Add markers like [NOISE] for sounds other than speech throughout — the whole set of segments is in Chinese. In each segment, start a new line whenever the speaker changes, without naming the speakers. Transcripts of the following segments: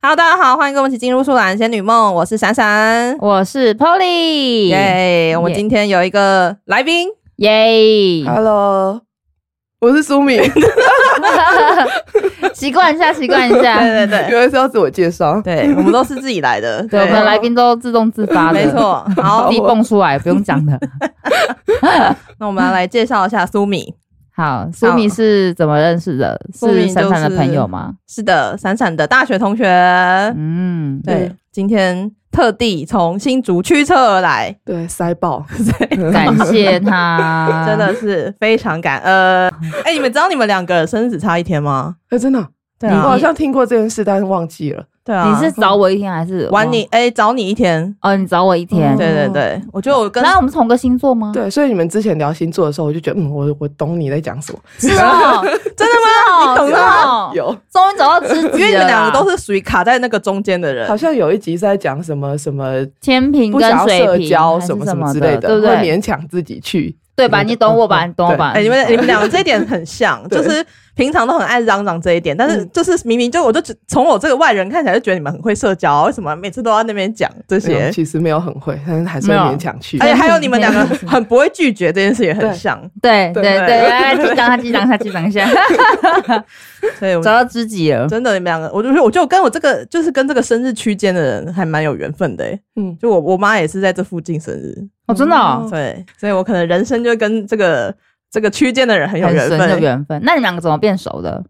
Hello，大家好，欢迎跟我们一起进入《树懒仙女梦》，我是闪闪。
[LAUGHS] 我是 Polly，
耶我们
耶
今天有一个来宾，
耶
Hello，我是苏敏，
[LAUGHS] 习惯一下，习惯一下。
[LAUGHS] 对对对
原来是要自我介绍。
对，我们都是自己来
[LAUGHS]
的，
对，我们的来宾都自动自发的，
没，错。好
自，己蹦出来，不用讲的。
那我们来介绍一下苏米。
[LAUGHS] 好，苏米是怎么认识的？
苏米就是
是珊珊的朋友吗？
是的，闪闪的大学同学。
嗯，
对
嗯，
今天特地从新竹驱车而来，
对，塞爆， [LAUGHS]
嗯
[LAUGHS]
感谢他，
真的是非常感
[LAUGHS]
恩。哎、你们知道你们两个生日只差一天吗？
哎、真的啊、
对
我
啊
好，像听过这件事，但是忘记了。
对啊，
你是早我一天还是
晚你？哎、早你一天。
哦，你早我一天。
对对对，我觉得我跟
然后我们是同个星座吗？，
对，所以你们之前聊星座的时候，我就觉得，嗯，我我懂你在讲什么。
是哦，
[LAUGHS] 真的吗？你懂
是
的吗？
哦，
[LAUGHS] 有，
终于找到知己了啦，
因为你们两个都是属于卡在那个中间的人
好。像有一集是在讲什么什么
天平
不
跟
想要
水
社
瓶
交
还是
什么什么
么
之类的，
对不
会
对？
勉强自己去。
对吧？
嗯
你懂我吧？
嗯
你懂我吧？
哎、你们你们两个这一点很像，
[LAUGHS] 对嗯
就是平常都很爱嚷嚷这一点，但是就是明明就我就只从我这个外人看起来就觉得你们很会社交，为什么每次都要那边讲这
没有
些？
其实没有很会，但是还是会
没有哎
勉强去
而。且还有你们两个很不会拒绝这件事也很像，
对对
对
对，
对
来激荡他，激荡他，激荡一下，
所以我
找到知己了。
真的，你们两个，我就说，我就跟我这个，就是跟这个生日区间的人还蛮有缘分的、欸。
嗯，
就我我妈也是在这附近生日，
哦，真的哦，
对，所以我可能人生就跟这个这个区间的人很有
很
缘
神
分、欸
的缘分。那你们两个怎么变熟的？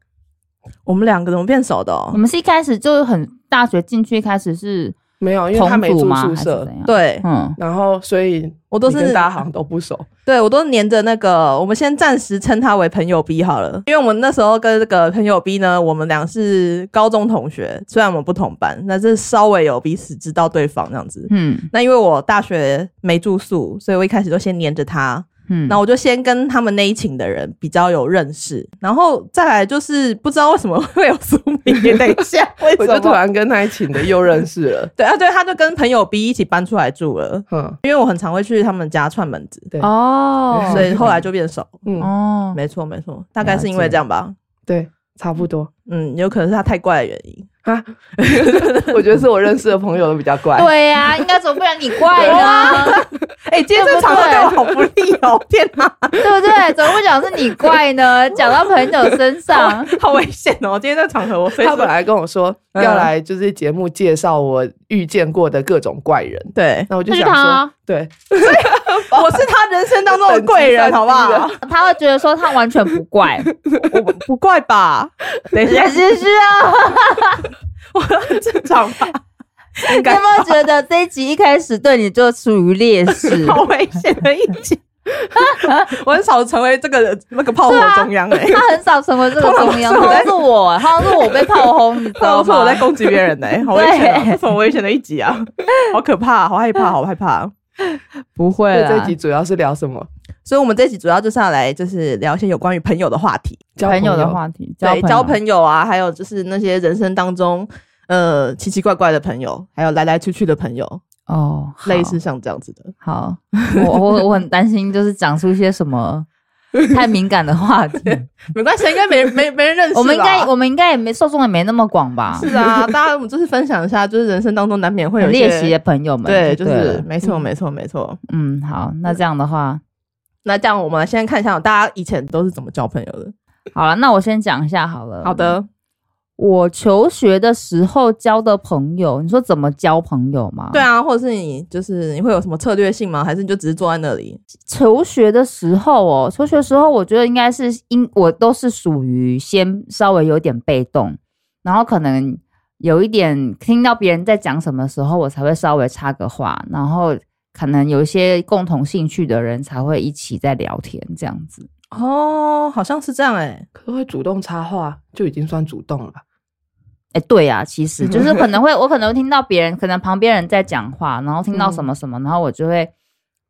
我们两个怎么变熟的、哦
嗯
你？们是一开始就是很大学进去，一开始是
没有，因为他
同
没
组
住
吗？
宿
还是
舍
怎，样？，
对
嗯，
然后所以
我都
你跟
是
大家好像都
[LAUGHS]
不熟。
[LAUGHS] 对我都是黏着那个，我们先暂时称他为朋友 B 好了，因为我们那时候跟这个朋友 B 呢，我们俩是高中同学，虽然我们不同班，但是稍微有彼此知道对方这样子。
嗯
那因为我大学没住宿，所以我一开始就先黏着他，
嗯，
那我就先跟他们那一群的人比较有认识，然后再来就是不知道为什么 [LAUGHS] 会有苏明，等一下为
[LAUGHS] 我
什
就突
么？
然跟他一起的又认识了。
对啊，对，他就跟朋友 B 一起搬出来住了，
嗯，
因为我很常会去他们家串门子，
对
哦，
所以后来就变熟。
嗯
哦，
没错，没错，大概是因为这样吧。
对，差不多。 [LAUGHS]
嗯，有可能是他太怪的原因。
啊，我觉得是我认识的朋友都比较怪。
对呀，应该总不能你怪呢，
[LAUGHS] 哎、今天这场合对我好不利哦！天哪，[LAUGHS]
[LAUGHS] 对不对？怎么会讲是你怪呢？讲到朋友身
[LAUGHS]
上，
好危险哦！今天这场合我非
他
常
本来跟我说
嗯
要来就是节目介绍我遇见过的各种怪人，
对， [LAUGHS]
那我就
那就
想
他
说
啊，
对，
我是他人生当中的贵人，好不好？
他会觉得说他完全不怪，
我不不怪 [LAUGHS] 吧？等一下
也，是需要。
正常吧？应
[LAUGHS] 你
该
有没有觉得这一集一开始对你就处于劣势？
[LAUGHS] 好危险的一集。 [LAUGHS] 我很少成为这个那个炮火中央哎、欸，
他很少成为这个中央，
通
通
常
常是我，通常是我被炮轰，你知道
都是我
吗
在？攻击别人 [LAUGHS] 哎、好危险、啊，
对
这是很危险的一集啊，好可怕、好害怕，好害怕、
不会
对
啦，
这集主要是聊什么？
所以，我们这一集主要就是要来就是聊一些有关于朋友的话题，
交
朋友的，话题，
对，交
朋友
朋友啊，还有就是那些人生当中呃奇奇怪怪的朋友，还有来来去去的朋友，
哦，好
类似像这样子的。
好， [LAUGHS] 我我我很担心，就是讲出一些什么太敏感的
[LAUGHS]
话题，
没关系，应该没 [LAUGHS] 没没人认识吧。
我们应该我们应该也没受众也没那么广吧？
[LAUGHS] 是啊，大家我们就是分享一下，就是人生当中难免会有
很
一
猎奇
些
的朋友们，
对，就是
了
没错，
嗯
没错，没错。
嗯，好，那这样的话，
那这样，我们来先看一下大家以前都是怎么交朋友的。
好了，那我先讲一下好了，
好。的，
我求学的时候交的朋友，你说怎么交朋友吗？
对啊，或者是你就是你会有什么策略性吗？还是你就只是坐在那里？
求学的时候哦，求学的时候，我觉得应该是因我都是属于先稍微有点被动，然后可能有一点听到别人在讲什么时候，我才会稍微插个话，然后可能有一些共同兴趣的人才会一起在聊天这样子。
哦，好像是这样哎、
欸
可是会主动插话就已经算主动了吧。
哎，对啊，其实
嗯
就是可能会，我可能会听到别人，可能旁边人在讲话，然后听
嗯
到什么什么，然后我就会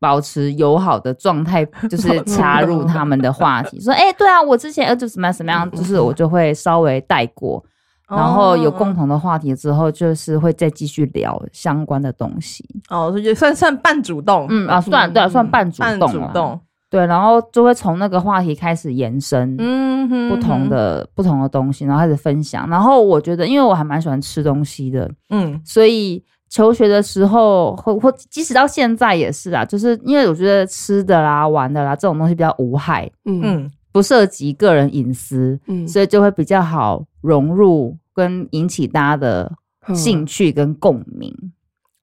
保持友好的状态，
[LAUGHS]
就是插入他们的话题，说，哎、对啊，我之前呃就怎么样怎么样，就是
嗯
我就会稍微带过，
哦
然后有共同的话题之后，就是会再继续聊相关的东西。
哦，所以就算算半主动，
嗯嗯啊，算对啊，算半主
半
动
主
了。
动。
对，然后就会从那个话题开始延伸，
嗯哼
不同，的、不同的东西，然后开始分享。然后我觉得，因为我还蛮喜欢吃东西的，
嗯
所以求学的时候，或或即使到现在也是啊，就是因为我觉得吃的啦、玩的啦这种东西比较无害，
嗯
嗯
不涉及个人隐私，
嗯
所以就会比较好融入跟引起大家的兴趣跟共鸣。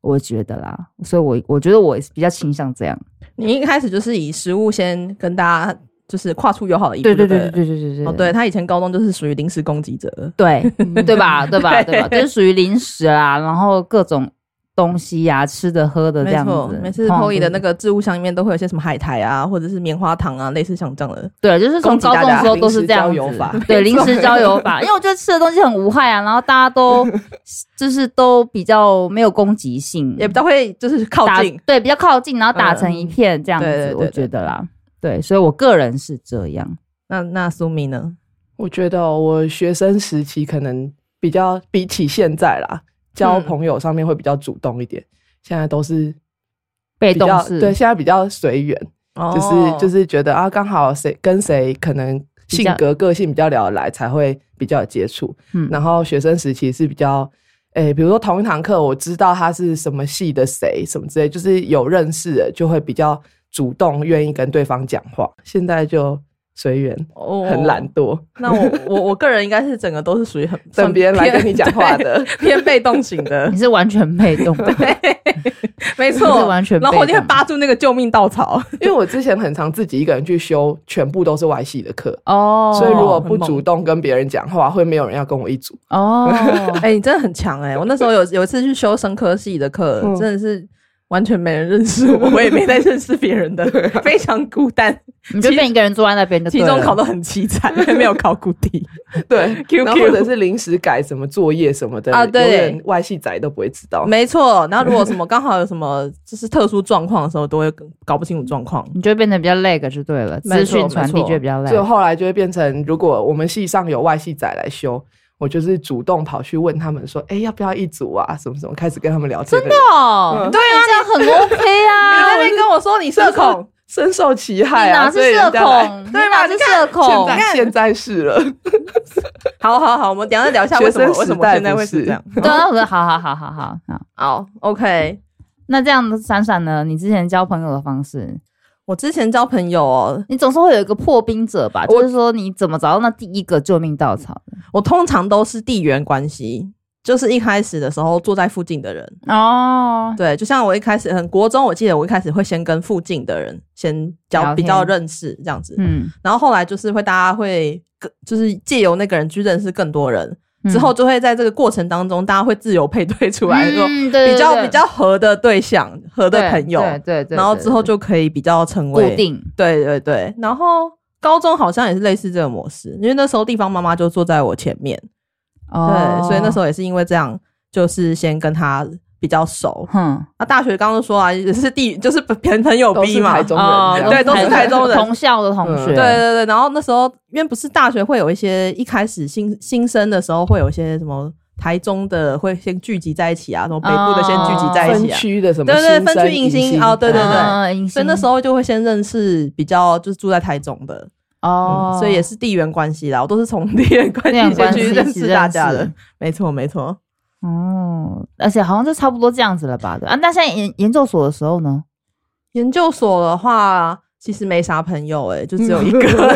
我觉得啦，所以我我觉得我比较倾向这样。
你一开始就是以食物先跟大家就是跨出友好的一步，
对对
对
对
不
对对对对对，
哦，对他以前高中就是属于零食攻击者，
对对吧？对吧？对吧？
对
就是属于零食啦，然后各种东西呀、吃的喝的这
没
样
错
子。。
每次 POE 的那个置物箱里面都会有些什么海苔啊，或者是棉花糖啊，类似像这样的。
对，就是从
攻击
高
大
中
家
的时候都是这样
临时交友法
子。对，临时交友法，因为我觉得吃的东西很无害啊，然后大家
[LAUGHS]
都就是都比较没有攻击性，
也比较会就是靠
打
近。
对，比较靠近，然后打成
嗯
一片这样
对对
子
对，
我
对
觉得啦。对，所以我个人是这样。
那那苏米呢？
我觉得哦我学生时期可能比较比起现在啦，交
嗯
朋友上面会比较主动一点，现在都是
被
比
动
较
式
对，现在比较随缘，
哦
就是就是是觉得啊，刚好谁跟谁可能
比
性
较
格个性比较聊得来，才会比较有接触。
嗯
然后学生时期是比较，诶、比如说同一堂课，我知道他是什么系的谁，什么之类，就是有认识的就会比较主动，愿意跟对方讲话。现在就随缘，
哦
很懒。惰，
那我我我个人应该是整个都是属于很
等别人来跟你讲话，的。
算偏偏被动型的
你。是完全被动
[LAUGHS]
的，
没
你是
错，
完全被
然
动的。
后我就会扒住那个救命稻草。
因为我之前很常自己一个人去修，全部都是外系的课。
哦，
所以如果
很
不
猛
主动跟别人讲话，会没有人要跟我一组。
[LAUGHS]
哦，
[LAUGHS] 哎，你真的很强哎！我那时候有有一次去修生科系的课
嗯，
真的是。完全没人认识我，我也没在认识别人 [LAUGHS] 的，非常孤单。
你就变一个人坐在那边
呃
期
就对了
中
啊
考得很凄惨， [LAUGHS] 没有考谷 [LAUGHS] 底。
对
QQ
然后或者是临时改什么作业什么的
啊对
永远外系仔都不会知道。
没错，然后如果什么刚好有什么就是特殊状况的时候，都会搞不清楚状况。
你就会变得比较累个就对了，
没错
资讯传递
没错
就会比较累
所以。后来就会变成，如果我们系上有外系仔来修，我就是主动跑去问他们说：“哎、要不要一组啊？什么什么？”开始跟他们聊天，真的
哦，对啊，这样很 OK
嗯 [LAUGHS] 你
啊
那。边跟我说你社恐，
深受其害
你
啊！
哪
所以
是
人
社
家来
恐？你哪是社
现
恐？
在现在是了，
好好好，我们等一下再聊一下为什么
学生
为什
时代
么现在会
不
是
是
这样。
对啊，我说好好好好好好。
好，OK，
那这样闪闪呢？你之前交朋友的方式，
我之前交朋友哦，
你总是会有一个破冰者吧？
我
就是说，你怎么找到那第一个救命稻草的？
我通常都是地缘关系，就是一开始的时候坐在附近的人。
哦，
对，就像我一开始很国中，我记得我一开始会先跟附近的人先交
聊天
比较认识这样子，
嗯，
然后后来就是会大家会更就是借由那个人去认识更多人，
嗯
之后就会在这个过程当中，大家会自由配对出来，说
嗯，对
比较比较合的对象、合的朋友，
对对对，
然后之后就可以比较成
固
为。
定，
对对对，然后高中好像也是类似这个模式，因为那时候地方妈妈就坐在我前面，
哦
对，所以那时候也是因为这样，就是先跟她比较熟。
哼，
那大学刚刚说啊，也是地就是朋朋友
都是
逼嘛
台，中
哦
人，这
对
样
都是台中人
同校的同学，
嗯
对对对，然后那时候因为不是大学会有一些一开始新新生的时候会有一些什么台中的会先聚集在一起啊，什么北部的先聚集在一
哦分
起啊，
区的什么
对对
新生
分区迎新哦对对对
嗯
对
所以那时候就会先认识比较就是住在台中的，嗯
哦，
所以也是地缘关系啦。我都是从地缘关
这样
系先
关系
去认识大家
一起
的
认识，
没错没错。
哦，而且好像就差不多这样子了吧？对啊，那现在研研究所的时候呢？
研究所的话，其实没啥朋友诶、就只
嗯
有一个而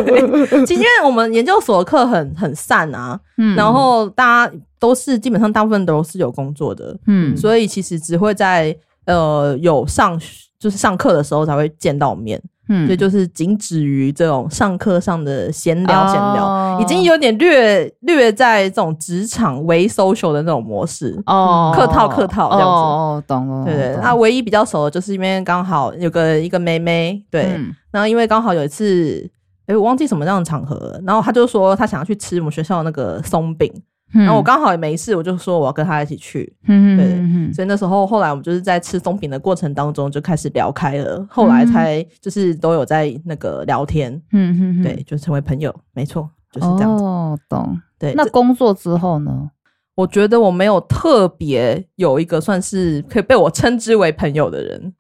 已。 [LAUGHS] 其实因为我们研究所的课很很散啊，
嗯
然后大家都是基本上大部分都是有工作的，
嗯，
所以其实只会在呃有上就是上课的时候才会见到面，
嗯
所以就是仅止于这种上课上的闲聊闲聊，
哦
已经有点略略在这种职场为 social 的那种模式。
哦
客套客套这样子
哦，哦懂了，
对对，
懂
那唯一比较熟的就是因为刚好有个一个妹妹，对，
嗯
然后因为刚好有一次，哎，我忘记什么样的场合了，然后她就说她想要去吃我们学校的那个松饼，
嗯
然后我刚好也没事，我就说我要跟她一起去，
嗯
对
嗯嗯
所以那时候后来我们就是在吃松饼的过程当中就开始聊开了，后
嗯
来才就是都有在那个聊天，
嗯嗯，
对，就成为朋友，没错，就是这样子。
哦，懂。
对，
那
这
工作之后呢？
我觉得我没有特别有一个算是可以被我称之为朋友的人，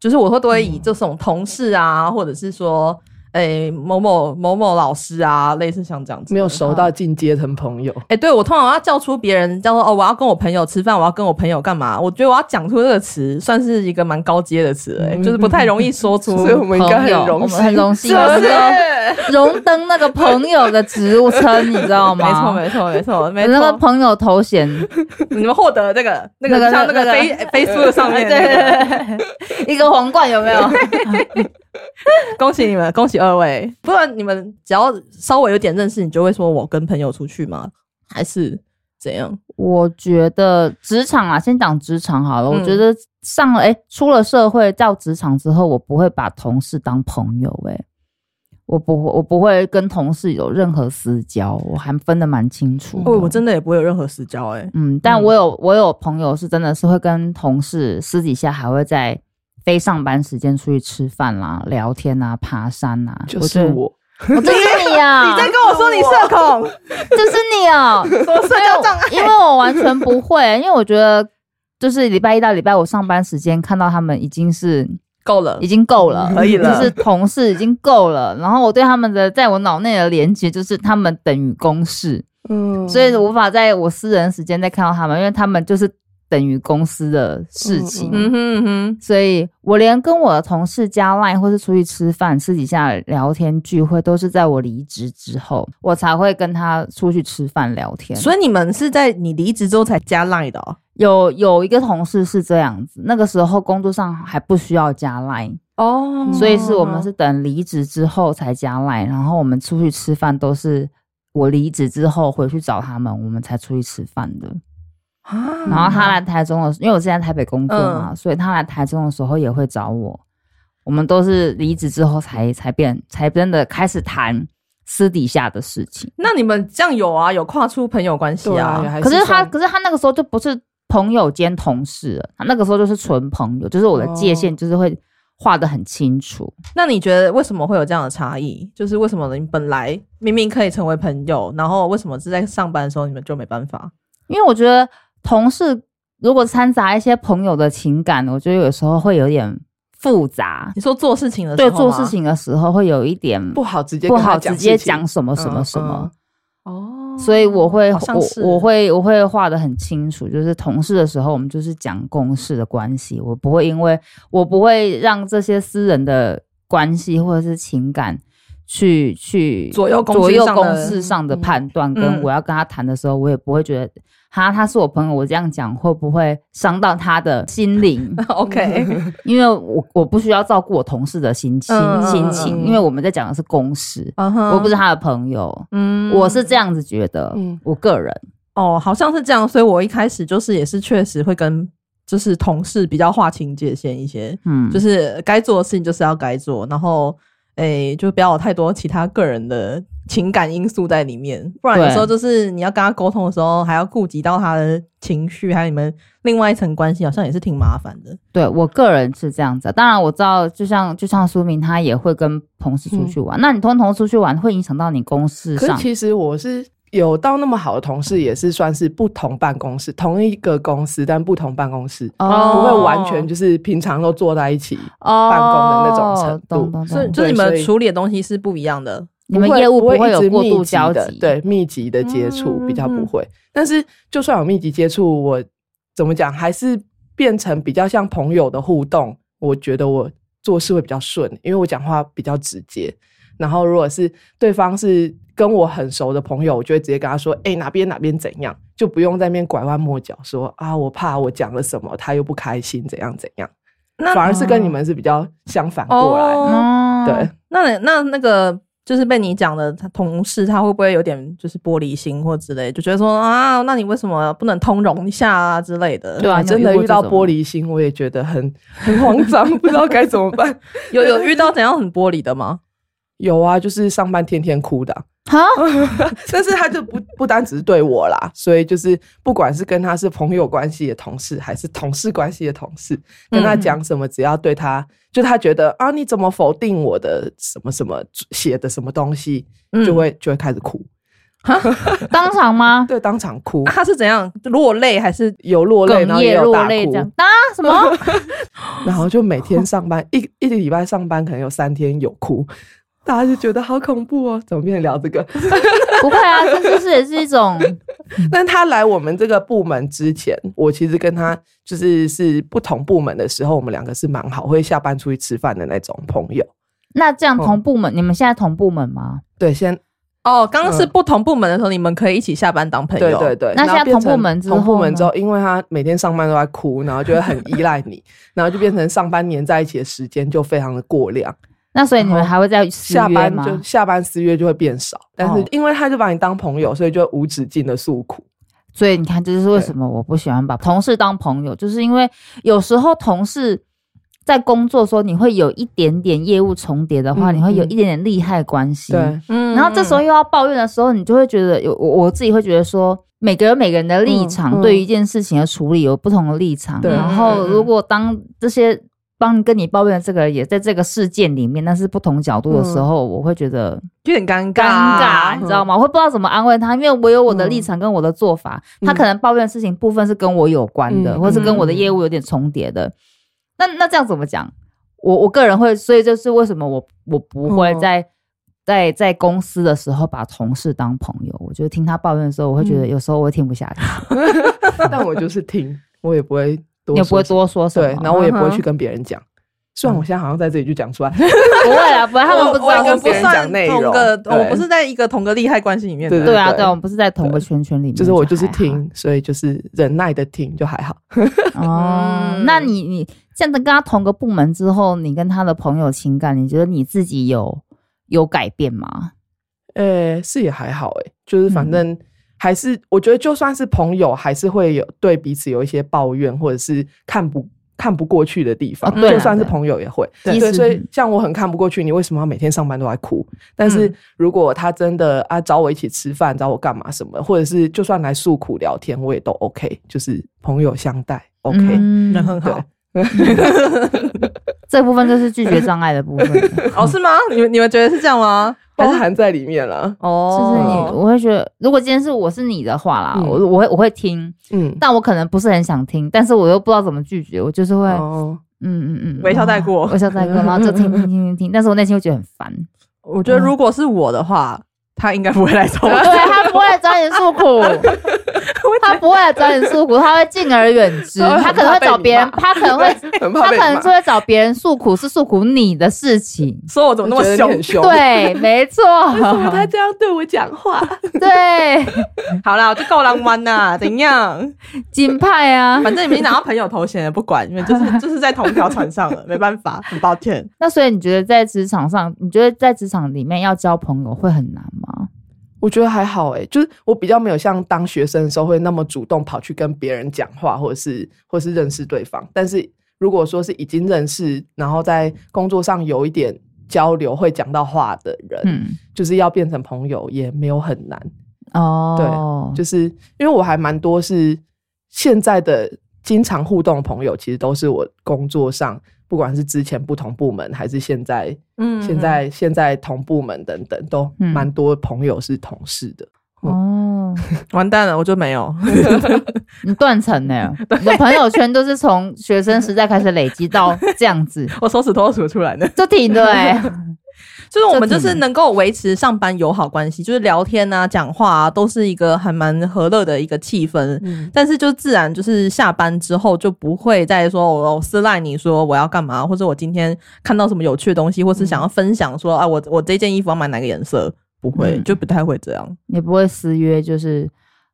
就是我会都会以这种同事啊，或者是说，诶、某某某某老师啊，类似像这样子的。
没有熟到进阶成朋友，
哎、对我通常要叫出别人，叫做哦，我要跟我朋友吃饭，我要跟我朋友干嘛？我觉得我要讲出这个词，算是一个蛮高阶的词了、哎就是不太容易说
[LAUGHS]
出。
所以我们应该
朋
很
友，
荣
嗯我
幸
们，很荣幸，我
不
是荣登那个朋友的职务称，你知道
没错，
吗？
没错，没错，没
有 [LAUGHS] 那个
错。
朋友头衔，
你们获得这个那个
[LAUGHS] 那个
像那
那
个
个
Face Facebook 上面，
[LAUGHS] 对对对对，一个皇冠有没有？
恭喜你们，恭喜二位。不然你们只要稍微有点认识，你就会说我跟朋友出去吗？还是怎样？
我觉得职场啊，先讲职场好了。
嗯
我觉得上了哎、出了社会到职场之后，我不会把同事当朋友哎、我不会，我不会跟同事有任何私交，我还分得蛮清楚的。
哦，我真的也不会有任何私交哎、
嗯，但我有我有朋友是真的是会跟同事私底下还会在非上班时间出去吃饭啦、聊天啊、爬山啊。
就是
觉得，
我。
哦就是你啊！
你在跟我说你社恐，
就是你哦、
[LAUGHS] 什么社交障碍？
因为我完全不会，因为我觉得就是礼拜一到礼拜五上班时间看到他们已经是
[LAUGHS] 够了
已，经够了，
可以了
就是同事已经够了。然后我对他们的在我脑内的连接就是他们等于公事，
嗯
所以无法在我私人时间再看到他们，因为他们就是等于公司的事情。
嗯哼嗯哼，
所以我连跟我的同事加 line 或是出去吃饭、私底下聊天聚会，都是在我离职之后，我才会跟他出去吃饭聊天。
所以你们是在你离职之后才加 Line 的、哦？
有有一个同事是这样子，那个时候工作上还不需要加 line，、
哦
所以是我们是等离职之后才加 line，然后我们出去吃饭都是我离职之后回去找他们，我们才出去吃饭的。
啊
然后他来台中的，因为我是在台北工作嘛，所以他来台中的时候也会找我，我们都是离职之后才才变才真的开始谈私底下的事情。
那你们这样有啊，有跨出朋友关系
对
啊
啊，也还
可是他，
算
可是他那个时候就不是朋友兼同事了，他那个时候就是纯朋友，就是我的界
哦
限就是会画的很清楚。
那你觉得为什么会有这样的差异？就是为什么你本来明明可以成为朋友，然后为什么是在上班的时候你们就没办法？
因为我觉得同事如果掺杂一些朋友的情感，我觉得有时候会有点复杂。
你说做事情的时候
对，
吗
做事情的时候会有一点
不好直接
不
跟他
好直接
事情嗯
讲什么什么什么，
哦
所以我会
好像是
我我会我会画的很清楚，就是同事的时候，我们就是讲公事的关系，我不会因为我不会让这些私人的关系或者是情感去去
左右公事
左右
上的嗯
公事上的判断，跟我要跟他谈的时候，我也不会觉得哈他是我朋友，我这样讲会不会伤到他的
[LAUGHS]
心灵？
[LAUGHS] OK，
[LAUGHS] 因为我我不需要照顾我同事的心情
嗯嗯
心
嗯
情，
嗯
因为我们在讲的是公事，我
我
不是他的朋友。
嗯
我是这样子觉得，
嗯
我个人
哦，好像是这样，所以我一开始就是也是确实会跟就是同事比较划清界限一些，
嗯，
就是是该做的事情就是要该做，然后诶、就不要有太多其他个人的情感因素在里面，不然有时候就是你要跟他沟通的时候，还要顾及到他的情绪，还有你们另外一层关系，好像也是挺麻烦的。
对我个人是这样子。啊当然我知道，就像就像苏明，他也会跟同事出去玩。那你跟同事出去玩，会影响到你公事
可是
上。
其实我是有到那么好的同事，也是算是不同办公室，同一个公司但不同办公室，
哦
不会完全就是平常都坐在一起。
哦嗯
办公的那种程度
懂懂
所以
懂。
就是你
对所
们
以
处理的东西是不一样的。
你们业务
不
不会
一
有
直
过
密
度
集
交
的
集，
对密集的接触
嗯
比较
嗯
不
嗯
会。但是就算有密集接触，我怎么讲还是变成比较像朋友的互动。我觉得我做事会比较顺，因为我讲话比较直接。然后如果是对方是跟我很熟的朋友，我就会直接跟他说：“哎、哪边哪边怎样。”就不用在那边拐弯抹角说啊，我怕我讲了什么，他又不开心，怎样怎样。
那
反而是跟你们是比较相反过来，
哦
哦，
对。
那那那个就是被你讲的他同事，他会不会有点就是玻璃心或之类，就觉得说啊，那你为什么不能通融一下啊之类的？
对啊你有
真的
遇过
遇到
这种
玻璃心，我也觉得很很慌张， [LAUGHS] 不知道该怎么办。
有有遇到怎样很玻璃的吗？
有啊，就是上班天天哭的啊、
哈， [LAUGHS]
但是他就不不单只是对我啦，所以就是不管是跟他是朋友关系的同事，还是同事关系的同事，跟
嗯
他讲什么，只要对他，就他觉得啊，你怎么否定我的什么什么写的什么东西，
嗯
就会就会开始哭。
当场吗？
对，当场哭
啊，，他是怎样落泪还是
有 [LAUGHS] 落泪，然
哽
后也
咽
有
落
大
泪这样
哭，
啊？什
[LAUGHS]
么？ [LAUGHS]
然后就每天上班，一一个礼拜上班可能有三天有哭，大家就觉得好恐怖哦，怎么变成聊这个？
不会啊，这就是也是一种嗯
但他来我们这个部门之前，我其实跟他就是是不同部门的时候，我们两个是蛮好，会下班出去吃饭的那种朋友。
那这样
哦
同部门，你们现在同部门吗？
对，先
哦？刚刚是
嗯
不同部门的时候，你们可以一起下班当朋友。
对对对。
那
然后
现在
变
同部
成
门之
同部
后
门
呢
之后，因为他每天上班都在哭，然后就会很依赖
[LAUGHS]
你，然后就变成上班黏在一起的时间就非常的过量，
那所以你们还会再私
哦下
约
班
吗？
就下班私约就会变少。但是
哦
因为他就把你当朋友，所以就无止境的诉苦。
所以你看，这就是为什么我不喜欢把同事当朋友，就是因为有时候同事在工作的时候，你会有一点点业务重叠的话，
嗯
你会有
嗯
一点点利害关系。
对，
嗯
然后这时候又要抱怨的时候，你就会觉得有我我自己会觉得说，每个人每个人的立
嗯
场
嗯
对于一件事情的处理有不同的立场。
对嗯
然后如果当这些帮跟你抱怨的这个人也在这个事件里面，但是不同角度的时
嗯
候，我会觉得
有点尴
尴尬，
尬，
你知道吗？我会不知道怎么安慰他，因为我有我的立场跟我的做法，
嗯
他可能抱怨的事情部分是跟我有关的，
嗯
或是跟我的业务有点重叠的。那那这样怎么讲？我我个人会，所以就是为什么我我不会
嗯
在、在在公司的时候把同事当朋友。我觉得听他抱怨的时候，我会觉
嗯
得有时候我会听不下去，
[LAUGHS] 但我就是听，我也不会多，
你也不会。多说什么。
对，然后我也不会
嗯哼
去跟别人讲。虽
嗯
然我现在好像在这里就讲出来，
[LAUGHS] 不会啦，不会，他们不知
我
道
我
跟
们
是
不
别
谁。
人
算
讲内容
同个，哦
对
我不是在一个同个利害关系里面的。
对
对啊，
对
对啊，我们不是在同个圈圈里面，
就是我就是
还好
听，所以就是忍耐的听就还好。
哦，
嗯
那你你现在跟他同个部门之后，你跟他的朋友情感，你觉得你自己有有改变吗？
呃、是也还好、欸，就是反
嗯
正还是、我觉得就算是朋友，还是会有对彼此有一些抱怨，或者是看不看不过去的地方。
哦对啊
就算是
对
朋友也会。
即使
对，所以像我很看不过去，你为什么要每天上班都在哭？但是
嗯
如果他真的啊找我一起吃饭，找我干嘛什么，或者是就算来诉苦聊天，我也都 OK，就是朋友相待 OK。
嗯
人很好
这部分就是拒绝障碍的部
[LAUGHS]
分，就是
哦，是吗？你们你们觉得是这样吗？
包含在里面了，
你
哦，
我会觉得，如果今天是我是你的话啦，
嗯
我我会我会听，
嗯，
但我可能不是很想听，但是我又不知道怎么拒绝，我就是会
哦，
嗯嗯嗯
微笑带过
哦微笑带过，然后就听听听听听，但是我内心会觉得很烦，
我觉得
嗯
如果是我的话，他应该不会来找我
对。
[LAUGHS]
他不会找你诉苦。他不会来找你诉苦，他会敬而远之。
哦
他
他
会
可能会找别人，
很
他可能会，
很
他
怕
可
被
能
骂
是会找别人诉苦，是诉苦你的事情。
说我怎么那
我觉
么
得你
凶 [LAUGHS]
很？凶，
对，没错，
[LAUGHS] 他这样对我讲话，
对，
[LAUGHS] 好啦，我就够浪漫呐，怎样？
[LAUGHS]
金派啊。
反正你们已经拿到朋友头衔了，不管，因为就是就是在同一条船上
[LAUGHS]
了，没办法，很抱歉。
那所以你觉得在职场上，你觉得在职场里面要交朋友会很难吗？
我觉得还好哎、就是我比较没有像当学生的时候会那么主动跑去跟别人讲话，或者是或是认识对方。但是如果说是已经认识，然后在工作上有一点交流会讲到话的人，
嗯，
就是要变成朋友也没有很难。
哦，
就是因为我还蛮多是现在的经常互动的朋友，其实都是我工作上，不管是之前不同部门，还是现在
嗯
现在现在同部门等等，都
嗯
蛮多朋友是同事的。
哦，
完蛋了，我就没有。 [LAUGHS]
你断层呢？你的朋友圈都是从学生时代开始累积到这样子，
我手指头都数得出来的，
就欸挺对，
就是我们就是能够维持上班友好关系，就是聊天啊、讲话啊，都是一个还蛮和乐的一个气氛。
嗯，
但是就自然就是下班之后就不会再说我我私赖你说我要干嘛，或者我今天看到什么有趣的东西，或是想要分享说啊我我这件衣服要买哪个颜色，不会、
嗯
就不太会这样。
[LAUGHS] 也不会私约，就是，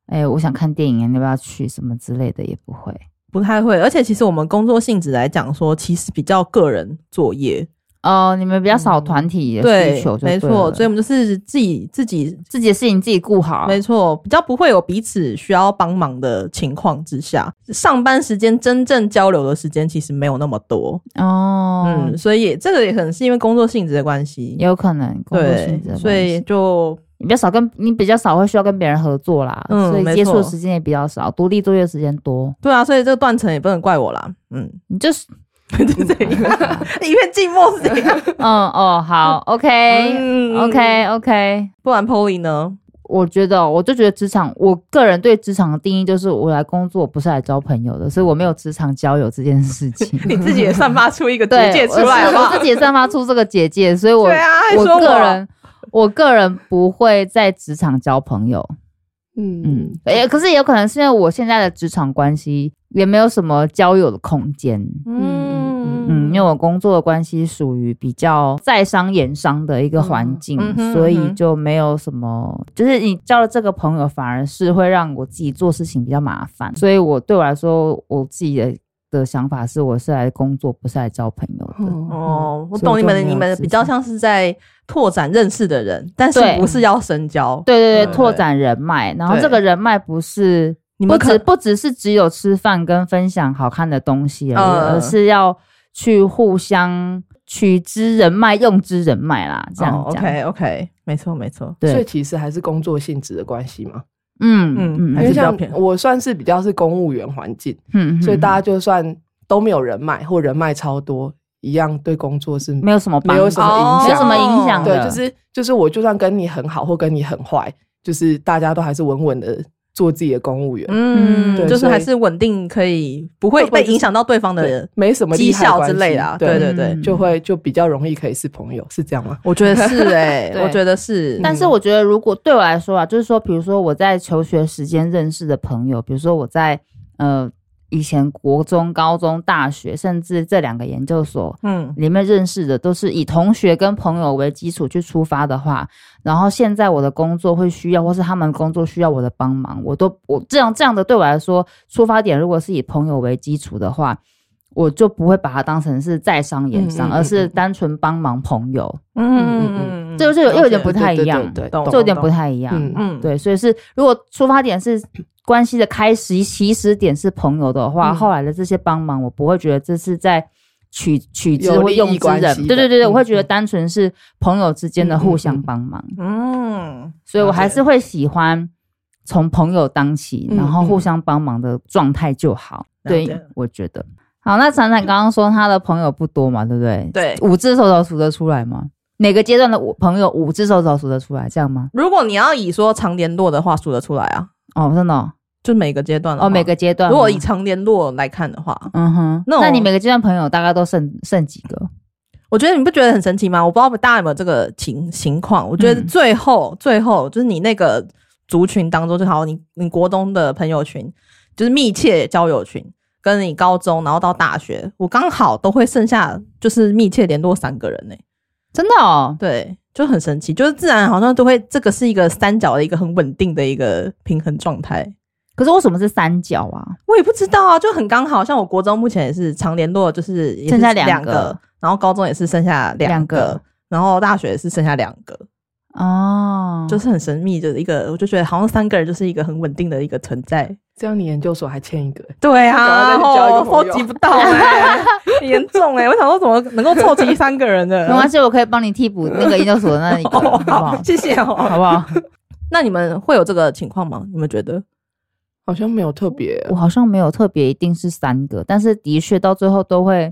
哎、我想看电影，你要不要去什么之类的，也不会。
不太会，而且其实我们工作性质来讲说，其实比较个人作业，
哦，你们比较少团体的需
对
求就对
没
了，啊
错，所以我们就是自己自己，
自己的事情自己顾好。
没错，比较不会有彼此需要帮忙的情况之下，上班时间真正交流的时间其实没有那么多，
哦，
嗯，所以也这个也可能是因为工作性质的关系，
也有可能工作
对
性质的，关系，
所以就
你比较少跟你比较少会需要跟别人合作啦，
嗯
所以
没
接触的
错
时间也比较少，独立作业的时间多，
对啊，所以这个断层也不能怪我啦，嗯，[LAUGHS]
你就是
就这样，一片寂寞是 [LAUGHS] 这样，
嗯哦好
[LAUGHS]
，OK
嗯
OK OK，
不然 Polly 呢？
我觉得哦，我就觉得职场，我个人对职场的定义就是，我来工作不是来交朋友的，所以我没有职场交友这件事情。
[LAUGHS] 你自己也散发出一个
对
结，界
我
出来
是
好不
我
好
自己也散发出这个结界，所以我
对啊，还
我
说
个人我个人不会在职场交朋友。嗯
嗯，，
也可是也有可能是因为我现在的职场关系也没有什么交友的空间。
嗯
嗯，因为我工作的关系属于比较在商言商的一个环境，
嗯嗯哼
所
嗯
以
哼
就没有什么，就是你交了这个朋友，反而是会让我自己做事情比较麻烦。所以我对我来说，我自己的的想法是，我是来工作，不是来交朋友的。
哦，我
所以
懂你
就
们
没
的，
有
你们
职
比较像
场
是在拓展认识的人，但是
对
不是要深交。
对对
对
对，拓展人脉，然后
对
这个人脉不是
你
不
们可
只不只是只有吃饭跟分享好看的东西而已，
嗯
而是要去互相取之人脉，用之人脉啦，这样
哦
讲。
OK OK，没错没错。
对，
所以其实还是工作性质的关系嘛。
嗯
嗯
嗯
还是
因为
比较
像
偏
我算是比较是公务员环境，
嗯
所以大
家
家就算都没有人脉或人脉超多，一样对工作是
嗯没有什么帮哦
没有什么
哦
影
没有
响
什么影响
对
的，，
就是就是我就算跟你很好或跟你很坏，就是大家都还是稳稳的做自己的公务员，
嗯，
对
就是
所以
还是稳定，可以不会
会不会
被
就是
影响到对方的
对
人，
没什么利
绩
害
效
关
之类
系
的啊。对
对
对对，
嗯
就会就比较容易可以是朋友，是这样吗？
我觉得 [LAUGHS] 是哎，
对
我觉得是。
但是我觉得，如果对我来说啊，就是说，比如说我在求学时间认识的朋友，比如说我在呃以前国中、高中、大学，甚至这两个研究所
嗯，
里面认识的，都是以同学跟朋友为基础去出发的话，然后现在我的工作会需要，或是他们工作需要我的帮忙，我都我这样这样的对我来说，出发点如果是以朋友为基础的话。我就不会把它当成是在商言商，
嗯嗯嗯
而是单纯帮忙朋友，
嗯嗯嗯，
这就是有又有点不
了解
太一
对对
样，
对，
懂
这有点
懂
不太一样。
嗯
嗯，
对，所以是如果出发点是关系的开始起始点是朋友的话，
嗯
后来的这些帮忙，我不会觉得这是在取取之
有
或
利益
用之
关
人
系。的
对对对对，
嗯
我会觉得单纯是朋友之间的互
嗯
相
嗯嗯
帮忙，
嗯，
所以我
了解
还是会喜欢从朋友当起，
嗯
然后
嗯
互相帮忙的状态就好。
了解
对，我觉得。好，那闪闪刚刚说他的朋友不多嘛，对不对？
对
五只手指头数得出来吗？哪个阶段的五朋友五只手指头数得出来，这样吗？
如果你要以说常联络的话，数得出来啊，
哦，真的哦，
就每个阶段的
哦
话
每个阶段吗。
如果以常联络来看的话，
嗯哼，
那我
那你每个阶段朋友大概都剩剩几个？
我觉得你不觉得很神奇吗？我不知道大家有没有这个情情况。我觉得
嗯
最后、最后就是你那个族群当中，就好你你国中的朋友群，就是密切交友群，跟你高中然后到大学，我刚好都会剩下就是密切联络三个人呢、
真的哦，
对，就很神奇，就是自然好像都会这个是一个三角的一个很稳定的一个平衡状态。
可是为什么是三角啊？
我也不知道啊，就很刚好，像我国中目前也是常联络，就是也是
剩下两
两
个
然后高中也是剩下两
两
个，
个
然后大学也是剩下两个，
哦，
就是很神秘，就是一个，我就觉得好像三个人就是一个很稳定的一个存在。
这样你研究所还欠一个，欸
对啊，
赶快再去交一个
然
朋友
后凑集不到哎、很严重哎、我想说怎么能够凑齐三个人呢
没？关系，我可以帮你替补那个研究所的那一个，
[LAUGHS]
好
哦
不好
好，？谢谢
好
哦。 [LAUGHS]
不好？
那你们会有这个情况吗？你们觉得？
好像没有特别
我好像没有特别一定是三个，但是的确到最后都会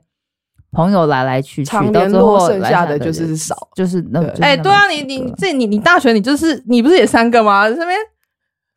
朋友来来去去，
常
到
联
最
络
后
剩
来
下
下
的就
人
是少，
就是那
对
就是
哎、
那
对啊，
么
你
几
你
个
这你你大学你就是你不是也三个吗？这边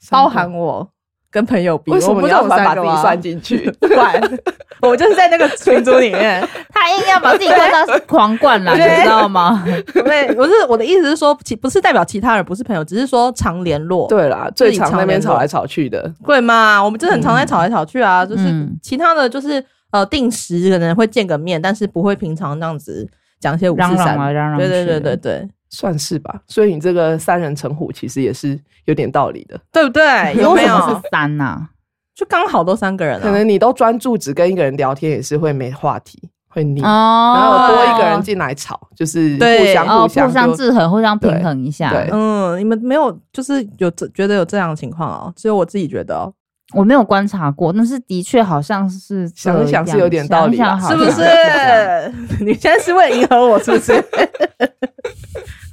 包含我跟朋友比，
为什
我
么
不
你
是
要
有
把把
三
自
个啊
己
吗
算进去？
不管，
[LAUGHS]
我就是在那个群组里面。
[LAUGHS] 他硬要把自己灌到狂灌篮，
对
你知道吗？
对，我是我的意思是说，其不是代表其他人不是朋友，只是说常联络。，
[LAUGHS] 对啦， [LAUGHS] 最常那
自己常联
边
络
吵来吵去的，
会嘛？我们就很常在吵来吵去啊，就是
嗯
其他的就是呃定时可能会见个面，但是不会平常这样子讲一些五
嚷
四
嚷
三。
啊嚷嚷去，
对对对对对，
算是吧。所以你这个三人成虎其实也是有点道理的，
对不对？有
为
没
什么
有
是？三啊呐？
就刚好都三个人
可
啊。
能你都专注只跟一个人聊天，也是会没话题，会腻。
哦，
然后多一个人进来吵，就是互
对
相
哦，
互
互
相
相
就
制衡，互相
对
平衡一下。
对
嗯，你们没有，就是有这觉得有这样的情况哦，只有我自己觉得哦，
我没有观察过，但是的确好像是这
想一想
样
是有点道理啊啦
想一想好
啊是
像
不
这样
[LAUGHS] 是？你现在是为了迎合我，是不是？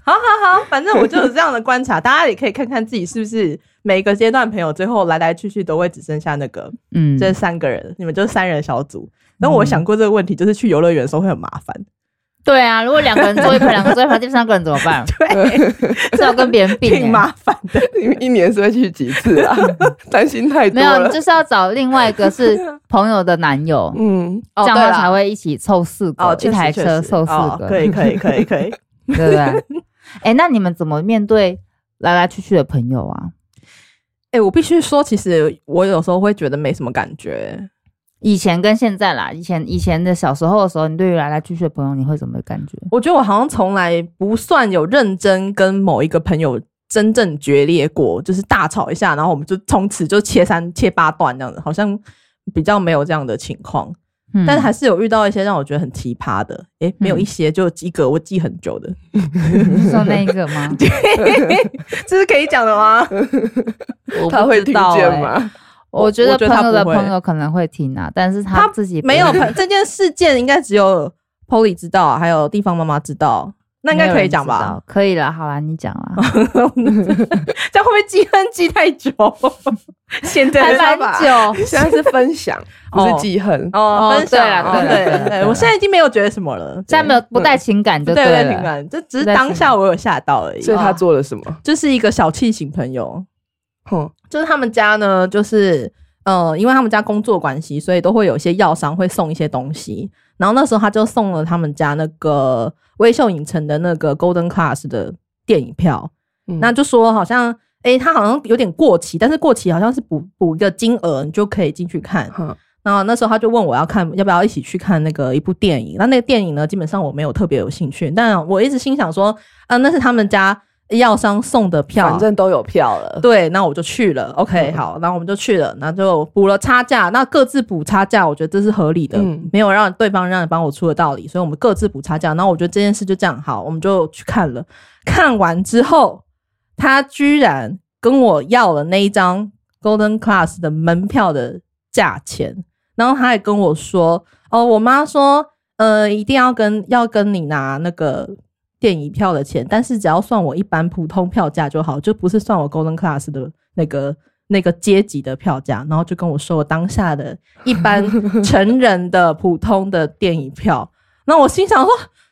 好好好，反正我就有这样的观察，大家也可以看看自己是不是每个阶段朋友最后来来去去都会只剩下那个
嗯，
这三个人，你们就是三人小组。然后我想过这个问题，就是去游乐园的时候会很麻烦，
对啊，如果两个人坐一排，两个坐一排，第三个人怎么办？
对，
是要跟别
[LAUGHS]
人并、
挺
欸。
麻烦的。
[LAUGHS] 一一年是会去几次
[LAUGHS]
啊？担心太多
没有，
了
你。就是要找另外一个是朋友的男友，
嗯，
哦
这样
对
他
啦
才会一起凑四个，
哦，
一
确
台
实确
车
实
凑四
哦
个，
可以可以可以可以。
对不对？哎、那你们怎么面对来来去去的朋友啊？
[LAUGHS] 哎，我必须说，其实我有时候会觉得没什么感觉。
以前跟现在啦，以前以前的小时候的时候，你对于来来去去的朋友，你会怎么感觉？
我觉得我好像从来不算有认真跟某一个朋友真正决裂过，就是大吵一下，然后我们就从此就切三切八段这样子，好像比较没有这样的情况。
嗯
但是还是有遇到一些让我觉得很奇葩的，诶，没有
嗯
一些，就一个我记很久的，
你说那一个吗？
[LAUGHS] 这是可以讲的吗？
我
他
不
会
知
听
道
见
欸？
吗？ [LAUGHS]
我觉
我
得
觉得他
朋友的
不会
朋友可能会听啊，但是他
他
自己不
[LAUGHS] 没有
会听
朋这件事件，应该只有 Polly 知道啊，还有地方妈妈知道，那应该可以讲
没有
吧
人知道？？可以了，好啦，你讲
[LAUGHS]
啦。
这样会不会记恨记太久？ [LAUGHS] 显得
还
很
蛮久。
现在是分享，不是记恨。
哦
哦，
分享
对啦
哦
对啦
对
对啦对啦
我现在已经没有觉得什么了，
现在没有不带情感就
对对
了，
对，平凡，这只是
不带
当
情
下我有吓到而已哦
所，以他做了什么？
就是一个小气型朋友，
哼，
就是他们家呢，就是呃，因为他们家工作关系，所以都会有一些药商会送一些东西。然后那时候他就送了他们家那个微秀影城的那个 Golden Class 的电影票，
嗯
那就说好像诶、他好像有点过期，但是过期好像是补补一个金额，你就可以进去看。
哼
然后那时候他就问我要看要不要一起去看那个一部电影，那那个电影呢，基本上我没有特别有兴趣，但我一直心想说，啊，那是他们家药商送的票，
反正都有票了。
对，那我就去了。OK，、
嗯
好，然后我们就去了，那就补了差价，那各自补差价，我觉得这是合理的，
嗯
没有让对方让你帮我出的道理，所以我们各自补差价。然后我觉得这件事就这样好，我们就去看了。看完之后，他居然跟我要了那一张 Golden Class 的门票的价钱，然后他还跟我说：“哦，我妈说，呃，一定要跟要跟你拿那个电影票的钱，但是只要算我一般普通票价就好，就不是算我 Golden Class 的那个那个阶级的票价。”然后就跟我说我当下的一
[LAUGHS]
般成人的普通的电影票。那我心想说，